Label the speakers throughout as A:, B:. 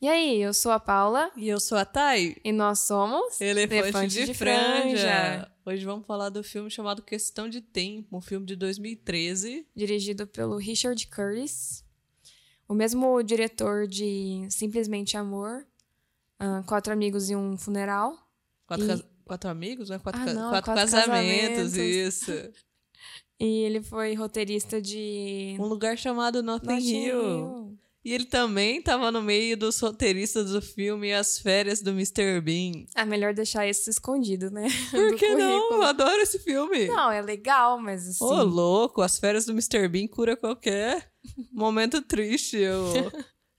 A: E aí, eu sou a Paula
B: E eu sou a Thay,
A: e nós somos
B: elefante,
A: Elefante
B: de,
A: de
B: franja.
A: Franja.
B: Hoje vamos falar do filme chamado Questão de Tempo, um filme de 2013.
A: dirigido pelo Richard Curtis, o mesmo diretor de Simplesmente Amor, ah, Quatro Amigos e um Funeral.
B: Quatro,
A: E-
B: cas- quatro amigos, né? Quatro,
A: Ah,
B: ca-
A: não,
B: quatro
A: quatro
B: casamentos,
A: casamentos.
B: isso.
A: E ele foi roteirista de
B: Um lugar chamado Nothing,
A: Notting
B: Hill.
A: Hill.
B: E ele também tava no meio dos roteiristas do filme As Férias do Mr. Bean.
A: Ah, melhor deixar isso escondido, né?
B: Por
A: Do
B: que não? Eu
A: currículo.
B: adoro esse filme.
A: Não, é legal, mas assim.
B: Ô, louco, As Férias do Mr. Bean cura qualquer momento triste. Eu,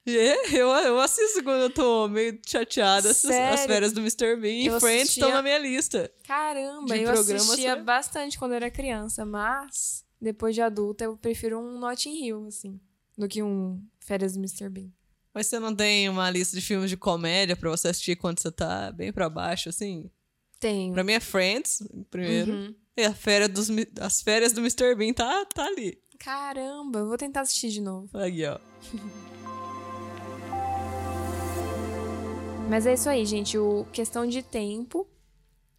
B: É, eu, eu assisto quando eu tô meio chateada essas- As
A: Sério?
B: Férias do Mr. Bean.
A: Eu
B: e Friends
A: assistia-
B: estão na minha lista.
A: Caramba,
B: De né?
A: eu
B: programa,
A: assistia
B: você-
A: bastante quando era criança, mas depois de adulta eu prefiro um Notting Hill, assim, do que um Férias do Mr. Bean.
B: Mas você não tem uma lista de filmes de comédia pra você assistir quando você tá bem pra baixo, assim?
A: Tenho.
B: Pra mim é Friends, em primeiro.
A: Uhum.
B: E a férias dos, Mi- As Férias do Mr. Bean tá, tá ali. Tá
A: Caramba, eu vou tentar assistir de novo.
B: Aqui, ó.
A: Mas é isso aí, gente. O Questão de Tempo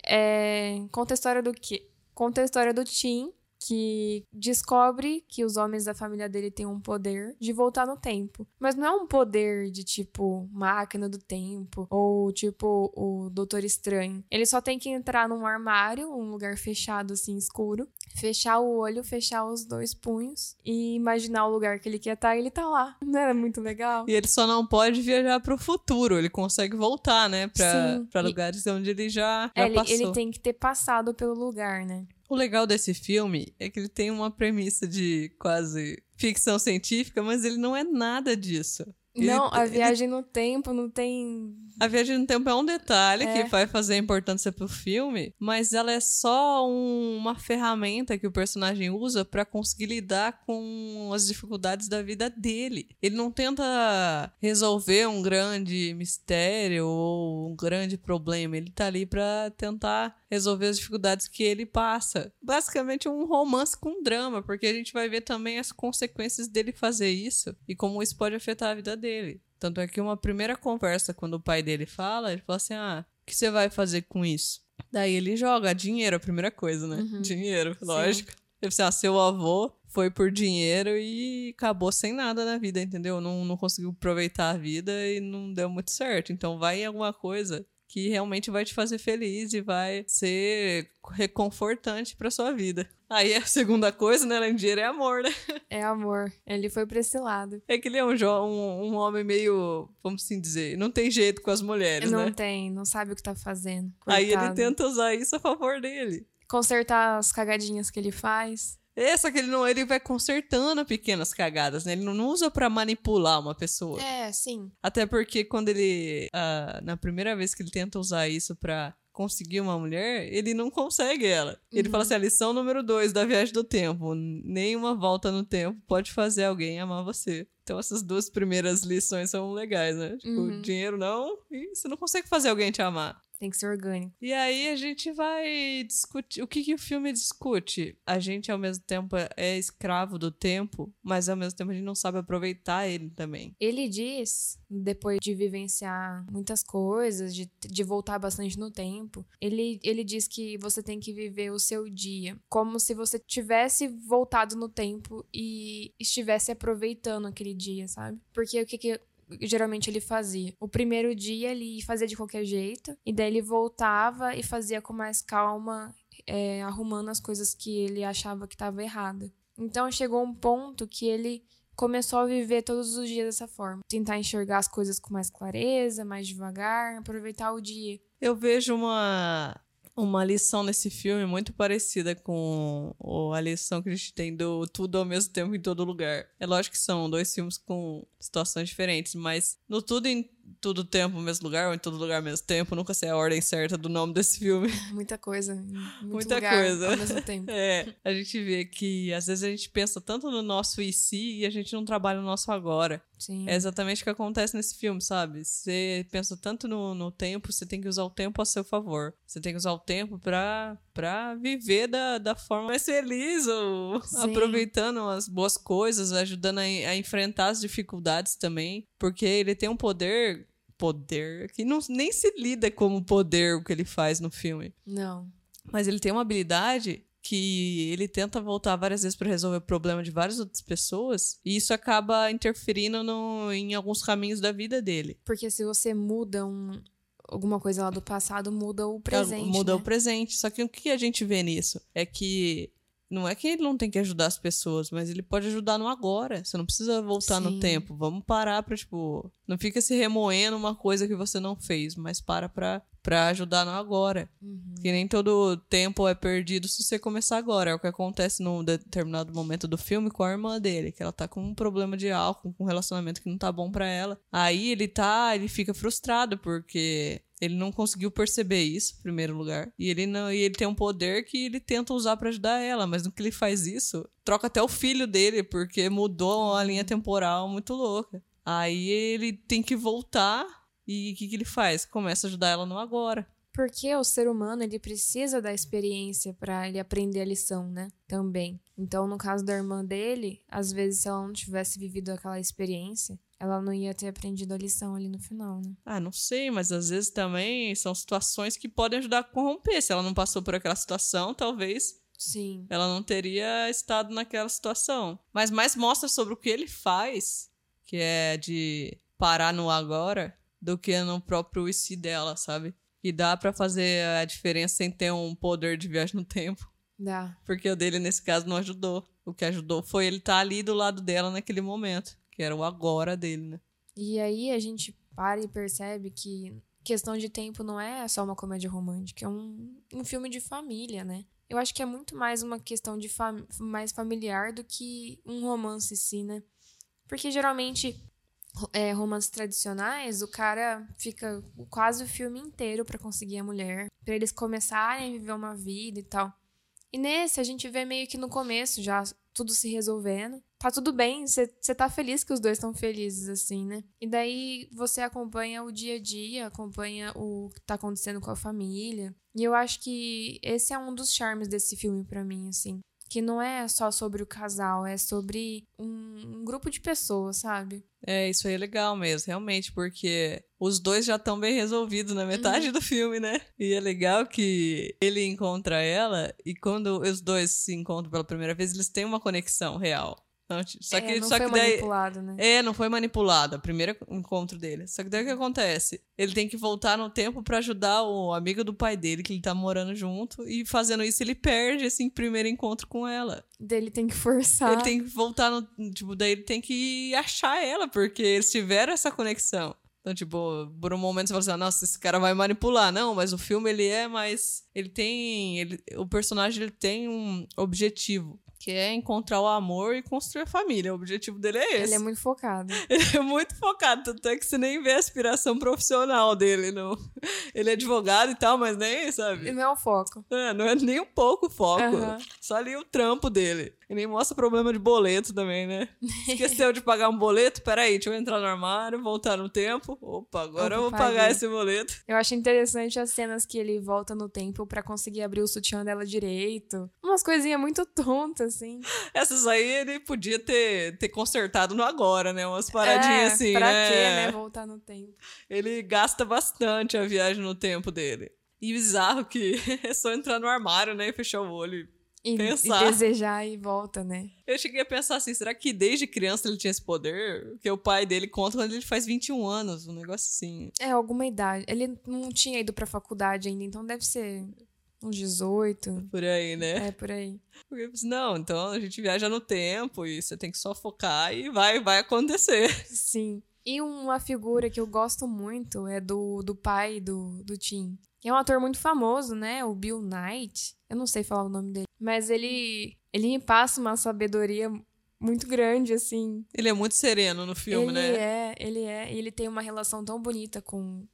A: é... conta a história do que? Conta a história do Tim, que descobre que os homens da família dele têm um poder de voltar no tempo. Mas não é um poder de tipo máquina do tempo ou tipo o Doutor Estranho. Ele só tem que entrar num armário, um lugar fechado assim, escuro, fechar o olho, fechar os dois punhos e imaginar o lugar que ele quer estar e ele tá lá. Não era muito legal?
B: E ele só não pode viajar pro futuro. Ele consegue voltar, né? Pra,
A: Sim,
B: pra
A: e-
B: lugares onde ele já, já
A: É, ele,
B: passou.
A: ele tem que ter passado pelo lugar, né?
B: O legal desse filme é que ele tem uma premissa de quase ficção científica, mas ele não é nada disso. Ele-
A: não, a
B: ele-
A: viagem no tempo não tem.
B: A viagem no tempo é um detalhe
A: É.
B: que vai fazer a importância pro filme, mas ela é só um- uma ferramenta que o personagem usa pra conseguir lidar com as dificuldades da vida dele. Ele não tenta resolver um grande mistério ou um grande problema, ele tá ali pra tentar resolver as dificuldades que ele passa. Basicamente um romance com drama, porque a gente vai ver também as consequências dele fazer isso e como isso pode afetar a vida dele. Tanto é que uma primeira conversa, quando o pai dele fala, ele fala assim: Ah, o que você vai fazer com isso? Daí ele joga dinheiro, a primeira coisa, né?
A: Uhum.
B: Dinheiro,
A: Sim.
B: lógico. Ele fala assim: ah, seu avô foi por dinheiro e acabou sem nada na vida, entendeu? Não, não conseguiu aproveitar a vida e não deu muito certo. Então vai em alguma coisa que realmente vai te fazer feliz e vai ser reconfortante pra sua vida. Aí é a segunda coisa, né? Além de dinheiro é amor, né?
A: É amor. Ele foi pra esse lado.
B: É que ele é um, jo- um, um homem meio, vamos assim dizer, não tem jeito com as mulheres,
A: não
B: né?
A: tem, não sabe o que tá fazendo.
B: Aí ele
A: coitado.
B: tenta usar isso a favor dele.
A: Consertar as cagadinhas que ele faz.
B: É, só que ele não, ele vai consertando pequenas cagadas, né? Ele não usa pra manipular uma pessoa.
A: É, sim.
B: Até porque quando ele, ah, na primeira vez que ele tenta usar isso pra conseguir uma mulher, ele não consegue ela. Ele
A: Uhum.
B: fala assim, a lição número dois da viagem do tempo, nenhuma volta no tempo pode fazer alguém amar você. Então essas duas primeiras lições são legais, né? Tipo,
A: Uhum.
B: dinheiro não, e você não consegue fazer alguém te amar.
A: Tem que ser orgânico.
B: E aí a gente vai discutir. O que, que o filme discute? A gente, ao mesmo tempo, é escravo do tempo, mas ao mesmo tempo a gente não sabe aproveitar ele também.
A: Ele diz, depois de vivenciar muitas coisas, de, de voltar bastante no tempo, ele, ele diz que você tem que viver o seu dia como se você tivesse voltado no tempo e estivesse aproveitando aquele dia, sabe? Porque o que, que geralmente ele fazia? O primeiro dia ele fazia de qualquer jeito, e daí ele voltava e fazia com mais calma, é, arrumando as coisas que ele achava que estava errada. Então chegou um ponto que ele começou a viver todos os dias dessa forma. Tentar enxergar as coisas com mais clareza, mais devagar, aproveitar o dia.
B: Eu vejo uma, uma lição nesse filme muito parecida com o- a lição que a gente tem do Tudo ao mesmo tempo em todo lugar. É lógico que são dois filmes com situações diferentes, mas no Tudo em Todo Tempo ao mesmo lugar, ou em todo lugar ao mesmo tempo, nunca sei a ordem certa do nome desse filme.
A: Muita coisa. Muito
B: Muita
A: lugar
B: coisa.
A: Ao mesmo tempo.
B: É, a gente vê que às vezes a gente pensa tanto no nosso e se e a gente não trabalha no nosso agora.
A: Sim.
B: É exatamente o que acontece nesse filme, sabe? Você pensa tanto no, no tempo, você tem que usar o tempo a seu favor. Você tem que usar o tempo pra, pra viver da, da forma mais feliz, ou
A: Sim.
B: aproveitando as boas coisas, ajudando a, a enfrentar as dificuldades também. Porque ele tem um poder poder, que não, nem se lida como poder o que ele faz no filme.
A: Não.
B: Mas ele tem uma habilidade que ele tenta voltar várias vezes para resolver o problema de várias outras pessoas e isso acaba interferindo no- em alguns caminhos da vida dele.
A: Porque se você muda um, alguma coisa lá do passado, muda o presente.
B: Tá, muda
A: né?
B: o presente. Só que o que a gente vê nisso é que não é que ele não tem que ajudar as pessoas, mas ele pode ajudar no agora. Você não precisa voltar
A: Sim.
B: no tempo. Vamos parar pra, tipo, não fica se remoendo uma coisa que você não fez, mas para pra, pra ajudar no agora.
A: Uhum.
B: Que nem todo tempo é perdido se você começar agora. É o que acontece num determinado momento do filme com a irmã dele, que ela tá com um problema de álcool, com um relacionamento que não tá bom pra ela. Aí ele tá, ele fica frustrado porque ele não conseguiu perceber isso, em primeiro lugar. E ele não, e ele tem um poder que ele tenta usar pra ajudar ela, mas no que ele faz isso, troca até o filho dele porque mudou a linha temporal muito louca. Aí ele tem que voltar e o que que ele faz? Começa a ajudar ela no agora.
A: Porque o ser humano, ele precisa da experiência pra ele aprender a lição, né? Também. Então, no caso da irmã dele, às vezes se ela não tivesse vivido aquela experiência, ela não ia ter aprendido a lição ali no final, né?
B: Ah, não sei, mas às vezes também são situações que podem ajudar a corromper. Se ela não passou por aquela situação, talvez
A: Sim.
B: ela não teria estado naquela situação. Mas mais mostra sobre o que ele faz, que é de parar no agora, do que no próprio IC dela, sabe? E dá pra fazer a diferença sem ter um poder de viagem no tempo.
A: Dá.
B: Porque o dele, nesse caso, não ajudou. O que ajudou foi ele estar ali do lado dela naquele momento, que era o agora dele, né?
A: E aí a gente para e percebe que questão de tempo não é só uma comédia romântica, é um, um filme de família, né? Eu acho que é muito mais uma questão de fam mais familiar do que um romance em si, né? Porque geralmente ro- é, romances tradicionais, o cara fica quase o filme inteiro pra conseguir a mulher, pra eles começarem a viver uma vida e tal. E nesse a gente vê meio que no começo já tudo se resolvendo. Tá tudo bem, você tá feliz que os dois estão felizes, assim, né? E daí você acompanha o dia a dia, acompanha o que tá acontecendo com a família. E eu acho que esse é um dos charmes desse filme pra mim, assim. Que não é só sobre o casal, é sobre um, um grupo de pessoas, sabe?
B: É, isso aí é legal mesmo, realmente, porque os dois já estão bem resolvidos na metade
A: Uhum.
B: do filme, né? E é legal que ele encontra ela e quando os dois se encontram pela primeira vez, eles têm uma conexão real. Então, ti- só que,
A: é, não
B: só
A: foi
B: que daí.
A: manipulado, né?
B: É, não foi manipulada. Primeiro encontro dele. Só que daí o que acontece? Ele tem que voltar no tempo pra ajudar o amigo do pai dele, que ele tá morando junto, e fazendo isso ele perde esse primeiro encontro com ela.
A: Daí Ele tem que forçar.
B: Ele tem que voltar no. Tipo, daí ele tem que achar ela, porque eles tiveram essa conexão. Então, tipo, por um momento você fala assim, "Ah, nossa, esse cara vai manipular. Não, mas o filme ele é mais. Ele tem. Ele, o personagem ele tem um objetivo. Que é encontrar o amor e construir a família. O objetivo dele é esse.
A: Ele é muito focado.
B: Ele é muito focado, tanto é que você nem vê a aspiração profissional dele. Não. Ele é advogado e tal, mas nem, sabe?
A: Ele não é o foco.
B: É, não é nem um pouco o foco.
A: Aham.
B: Só ali o trampo dele. E nem mostra problema de boleto também, né? Esqueceu de pagar um boleto? Peraí, deixa eu entrar no armário, voltar no tempo. Opa,
A: Opa,
B: agora eu vou
A: paguei.
B: pagar esse boleto.
A: Eu acho interessante as cenas que ele volta no tempo pra conseguir abrir o sutiã dela direito. Umas coisinhas muito tontas, assim.
B: Essas aí ele podia ter, ter consertado no agora, né? Umas paradinhas
A: É,
B: assim,
A: pra
B: né?
A: quê, né? Voltar no tempo.
B: Ele gasta bastante a viagem no tempo dele. E bizarro que é só entrar no armário, né? E fechar o olho e
A: E, e
B: Pensar.
A: desejar e volta, né?
B: Eu cheguei a pensar assim, será que desde criança ele tinha esse poder? Porque o pai dele conta quando ele faz 21 anos, um negócio assim.
A: É, alguma idade. Ele não tinha ido pra faculdade ainda, então deve ser uns 18.
B: Por aí, né?
A: É, por aí.
B: Porque eu pensei, não, então a gente viaja no tempo e você tem que só focar e vai, vai acontecer.
A: Sim. E uma figura que eu gosto muito é do, do pai do, do Tim. É um ator muito famoso, né? O Bill Knight. Eu não sei falar o nome dele. Mas ele, ele me passa uma sabedoria muito grande, assim.
B: Ele é muito sereno no filme,
A: ele
B: né?
A: é, ele é. E ele tem uma relação tão bonita com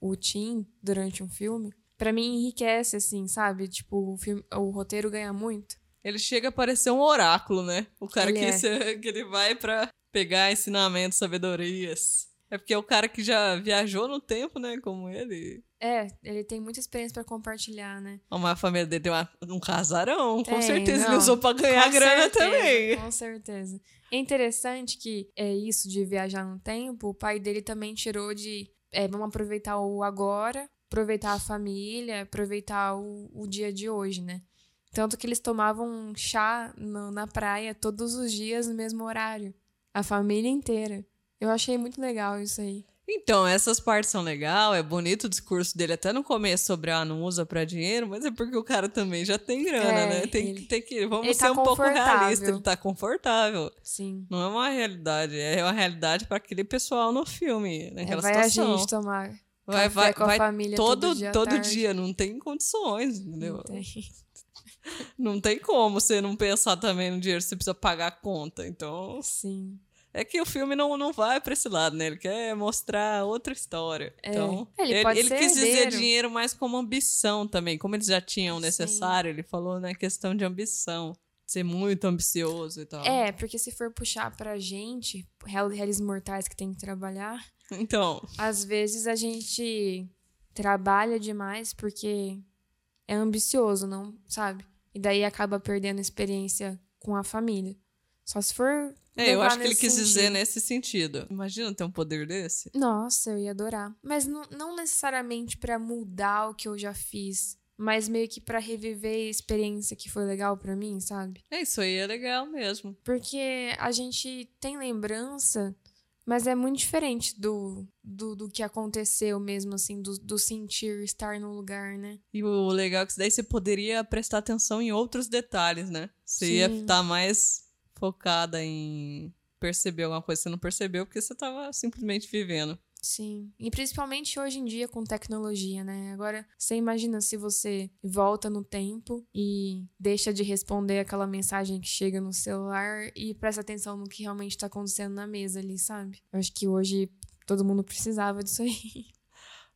A: o Tim durante um filme. Pra mim, enriquece, assim, sabe? Tipo, o, filme, o roteiro ganha muito.
B: Ele chega a parecer um oráculo, né? O cara
A: Ele
B: que,
A: é.
B: se- que ele vai pra pegar ensinamentos, sabedorias. É porque é o cara que já viajou no tempo, né? Como ele.
A: É, ele tem muita experiência pra compartilhar, né?
B: Ó, mas A família dele tem uma- um casarão, com
A: Tem,
B: certeza ele
A: não.
B: usou pra ganhar
A: Com
B: grana
A: certeza,
B: também.
A: Com certeza. É interessante que é isso de viajar no tempo, o pai dele também tirou de. é, é, vamos aproveitar o agora, aproveitar a família, aproveitar o, o dia de hoje, né? Tanto que eles tomavam um chá no- na praia todos os dias no mesmo horário. A família inteira. Eu achei muito legal isso aí.
B: Então, essas partes são legal, é bonito o discurso dele até no começo sobre ah, não usa pra dinheiro, mas é porque o cara também já tem grana,
A: É,
B: né? Tem,
A: ele-
B: que tem que, vamos
A: ele
B: ser
A: tá
B: um pouco
A: confortável.
B: realista, ele tá confortável.
A: Sim.
B: Não é uma realidade, é uma realidade pra aquele pessoal no filme,
A: É,
B: naquela
A: vai a
B: situação.
A: gente tomar
B: vai,
A: café
B: vai,
A: com a
B: vai
A: família
B: todo,
A: todo dia à
B: todo
A: tarde.
B: dia, não tem condições, entendeu?
A: Não tem.
B: Não tem como você não pensar também no dinheiro que você precisa pagar a conta. Então,
A: Sim.
B: é que o filme não, não vai pra esse lado, né? Ele quer mostrar outra história. Então,
A: É. Ele pode ser
B: quis dizer
A: herdeiro.
B: dinheiro mais como ambição também. Como eles já tinham
A: Sim.
B: necessário, ele falou na questão de ambição. de Ser muito ambicioso e tal.
A: É, porque se for puxar pra gente, real- réis mortais que tem que trabalhar,
B: Então,
A: às vezes a gente trabalha demais porque é ambicioso, não, sabe? E daí acaba perdendo experiência com a família. Só se for.
B: é, eu
A: levar
B: acho que ele
A: nesse
B: quis dizer
A: sentido.
B: nesse sentido. Imagina ter um poder desse.
A: Nossa, eu ia adorar. Mas não, não necessariamente pra mudar o que eu já fiz, mas meio que pra reviver a experiência que foi legal pra mim, sabe?
B: É, isso aí é legal mesmo.
A: Porque a gente tem lembrança, mas é muito diferente do, do, do que aconteceu mesmo, assim, do, do sentir estar no lugar, né?
B: E o legal é que isso daí você poderia prestar atenção em outros detalhes, né? Você ia
A: Sim.
B: estar mais focada em perceber alguma coisa que você não percebeu, porque você estava simplesmente vivendo.
A: Sim. E principalmente hoje em dia com tecnologia, né? Agora, você imagina se você volta no tempo e deixa de responder aquela mensagem que chega no celular e presta atenção no que realmente tá acontecendo na mesa ali, sabe? Eu acho que hoje todo mundo precisava disso aí.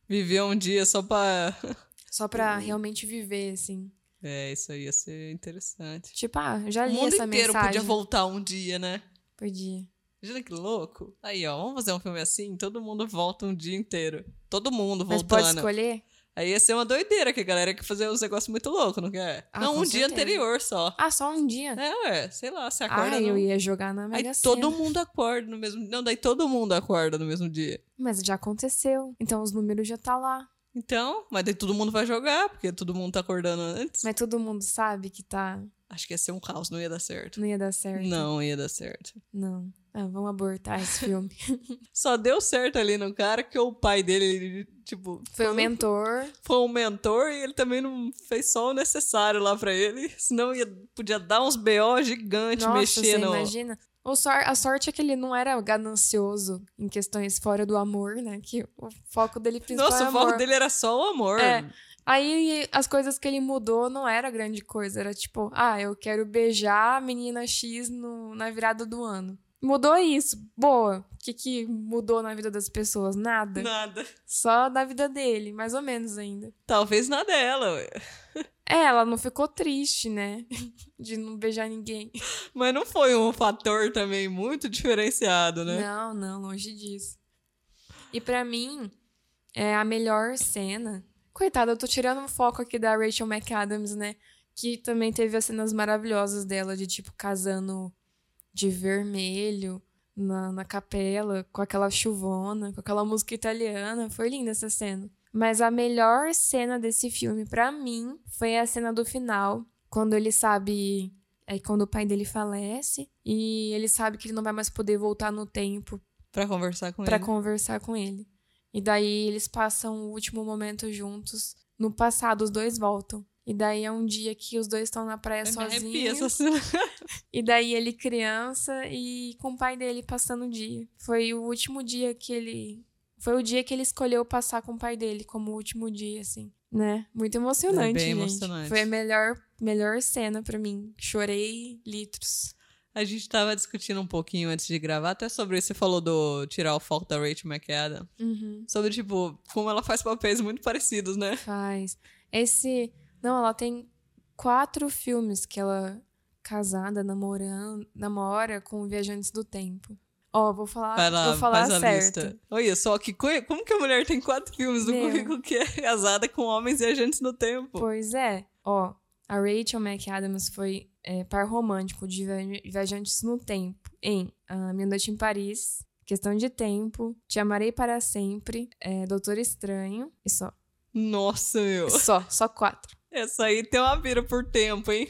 B: Viver um dia só pra.
A: Só pra realmente viver, assim.
B: É, isso aí ia ser interessante.
A: Tipo, ah, já
B: O
A: li
B: mundo
A: essa
B: inteiro
A: mensagem.
B: podia voltar um dia, né?
A: Podia.
B: Imagina que louco. Aí, ó, vamos fazer um filme assim? Todo mundo volta um dia inteiro. Todo mundo
A: Mas pode
B: voltando.
A: escolher?
B: Aí ia ser uma doideira, que a galera quer fazer uns negócios muito loucos, não quer?
A: Ah,
B: não,
A: com
B: um dia
A: certeza.
B: anterior só.
A: Ah, só um dia?
B: É, ué, sei lá, você acorda.
A: Ah,
B: no-
A: eu ia jogar na
B: Aí
A: Mega Sena.
B: todo mundo acorda no mesmo Não, daí todo mundo acorda no mesmo dia.
A: Mas já aconteceu. Então os números já tá lá.
B: Então, mas daí todo mundo vai jogar, porque todo mundo tá acordando antes.
A: Mas todo mundo sabe que tá...
B: Acho que ia ser um caos, não ia dar certo.
A: Não ia dar certo.
B: Não ia dar certo.
A: Não. Ah, vamos abortar esse filme.
B: Só deu certo ali no cara que o pai dele, ele, tipo,
A: Foi o
B: um-
A: mentor.
B: foi um mentor e ele também não fez só o necessário lá pra ele. Senão ia, podia dar uns BO gigante
A: Nossa, você
B: mexendo.
A: imagina? Ou sor- a sorte é que ele não era ganancioso em questões fora do amor, né? Que o foco dele principal
B: Nossa,
A: era
B: o foco
A: amor.
B: dele era só o amor.
A: É. Aí as coisas que ele mudou não era grande coisa, era tipo, ah, eu quero beijar a menina X no- na virada do ano. Mudou isso, boa. O que, que mudou na vida das pessoas? Nada.
B: Nada.
A: Só da vida dele, mais ou menos ainda.
B: Talvez na dela, ué.
A: É, ela não ficou triste, né? De não beijar ninguém.
B: Mas não foi um fator também muito diferenciado, né?
A: Não, não, longe disso. E pra mim, é a melhor cena. Coitada, eu tô tirando o foco aqui da Rachel McAdams, né? Que também teve as cenas maravilhosas dela, de tipo, casando de vermelho na, na capela, com aquela chuvona, com aquela música italiana. Foi linda essa cena. Mas a melhor cena desse filme, pra mim, foi a cena do final, quando ele sabe Aí É quando o pai dele falece e ele sabe que ele não vai mais poder voltar no tempo
B: Pra conversar com
A: pra
B: ele.
A: conversar com ele. E daí eles passam o último momento juntos. No passado os dois voltam. E daí é um dia que os dois estão na praia
B: Me arrepia
A: sozinhos.
B: essa cena.
A: E daí ele criança e com o pai dele passando o dia. Foi o último dia que ele foi o dia que ele escolheu passar com o pai dele como o último dia assim, né? Muito emocionante,
B: É bem
A: gente.
B: emocionante.
A: Foi a melhor melhor cena pra mim. Chorei litros.
B: A gente tava discutindo um pouquinho antes de gravar, até sobre isso. Você falou do tirar o foco da Rachel McAdams.
A: Uhum,
B: Sobre, tipo, como ela faz papéis muito parecidos, né?
A: faz. Esse. Não, ela tem quatro filmes que ela casada, namorando, namora com viajantes do tempo. Ó, vou falar,
B: Vai lá,
A: vou falar
B: faz a
A: certo.
B: lista. Olha só, que coi- como que a mulher tem quatro filmes no
A: Meu.
B: currículo que é casada com homens e agentes no tempo?
A: Pois é. Ó, a Rachel McAdams foi é, par romântico de Viaja- Viajantes no Tempo em A Meia Noite em Paris, Questão de Tempo, Te Amarei Para Sempre, é, Doutor Estranho e só.
B: Nossa, meu.
A: Só, só quatro.
B: Essa aí tem uma vira por tempo, hein?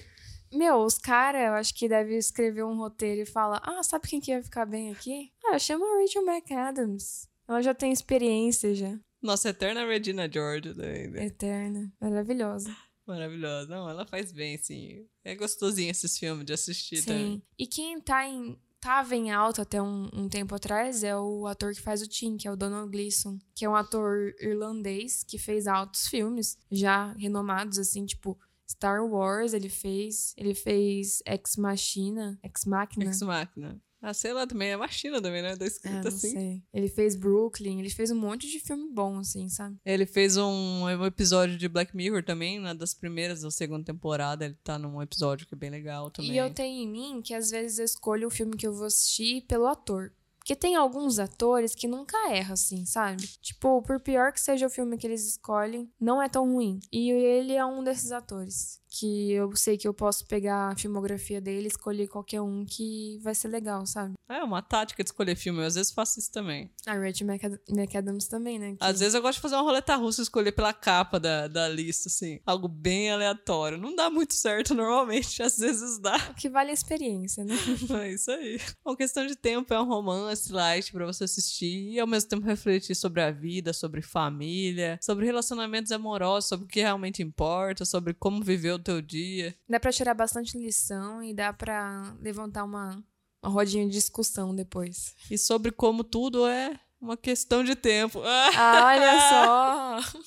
A: Meu, os caras, eu acho que deve escrever um roteiro e falar: Ah, sabe quem que ia ficar bem aqui? Ah, chama a Rachel McAdams. Ela já tem experiência já.
B: Nossa eterna Regina George também,
A: É.
B: né?
A: Eterna. Maravilhosa.
B: Maravilhosa. Não, ela faz bem, sim. É gostosinho esses filmes de assistir também.
A: Sim. E quem tá em. Tava em alta até um, um tempo atrás é o ator que faz o Tim, que é o Donald Gleeson, que é um ator irlandês que fez altos filmes já renomados, assim, tipo Star Wars ele fez, ele fez Ex Machina, Ex Machina.
B: Ex Machina. Ah, sei lá também, é Machina também, né? Da
A: É,
B: escrita
A: não
B: assim.
A: sei. Ele fez Brooklyn, ele fez um monte de filme bom, assim, sabe?
B: Ele fez um, um episódio de Black Mirror também, na das primeiras ou segunda temporada. Ele tá num episódio que é bem legal também.
A: E eu tenho em mim que às vezes eu escolho o filme que eu vou assistir pelo ator. Porque tem alguns atores que nunca erram, assim, sabe? Tipo, por pior que seja o filme que eles escolhem, não é tão ruim. E ele é um desses atores. Que eu sei que eu posso pegar a filmografia dele e escolher qualquer um que vai ser legal, sabe?
B: É uma tática de escolher filme. Eu às vezes faço isso também.
A: A Rachel McAd- McAdams também, né? que-
B: Às vezes eu gosto de fazer uma roleta russa e escolher pela capa da, da lista, assim. Algo bem aleatório. Não dá muito certo normalmente, às vezes dá.
A: O que vale a experiência, né?
B: É isso aí. Uma questão de tempo é um romance light pra você assistir e ao mesmo tempo refletir sobre a vida, sobre família, sobre relacionamentos amorosos, sobre o que realmente importa, sobre como viver o teu dia.
A: Dá pra tirar bastante lição e dá pra levantar uma, uma rodinha de discussão depois.
B: E sobre como tudo é uma questão de tempo.
A: Ah, olha só!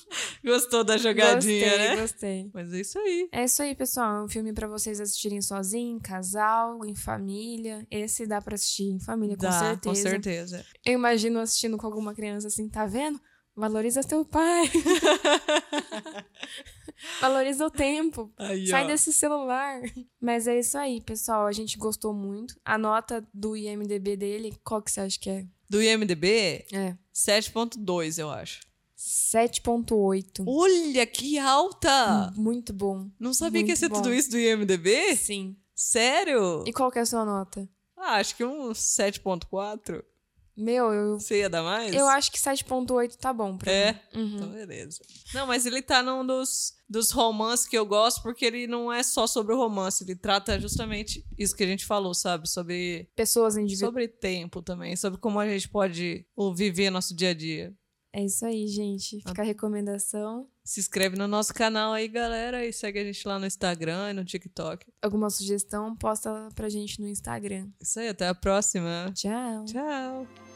B: Gostou da jogadinha,
A: gostei,
B: né?
A: gostei.
B: Mas é isso aí.
A: É isso aí, pessoal. É um filme pra vocês assistirem sozinho, em casal, em família. Esse dá pra assistir em família, com,
B: Dá,
A: certeza.
B: com certeza.
A: Eu imagino assistindo com alguma criança assim, tá vendo? Valoriza teu pai. Valoriza o tempo.
B: Aí,
A: Sai
B: ó.
A: desse celular. Mas é isso aí, pessoal. A gente gostou muito. A nota do IMDB dele, qual que você acha que é?
B: Do IMDB,
A: É.
B: 7.2, eu acho.
A: 7.8.
B: Olha, que alta!
A: Muito bom.
B: Não sabia que
A: Hum,
B: ia
A: Muito
B: ser
A: bom.
B: tudo isso do IMDB?
A: Sim.
B: Sério?
A: E qual que é a sua nota?
B: Ah, acho que um 7.4.
A: Meu, eu,
B: Você ia dar mais?
A: eu acho que 7.8 tá bom pra
B: É.
A: mim. Uhum.
B: Então, beleza. Não, mas ele tá num dos, dos romances que eu gosto, porque ele não é só sobre o romance, ele trata justamente isso que a gente falou, sabe? Sobre,
A: Pessoas individuais.
B: sobre tempo também, sobre como a gente pode ou, viver nosso dia a dia.
A: É isso aí, gente. Fica a recomendação.
B: Se inscreve no nosso canal aí, galera, e segue a gente lá no Instagram e no TikTok.
A: Alguma sugestão, posta pra gente no Instagram.
B: Isso aí, até a próxima.
A: Tchau.
B: Tchau.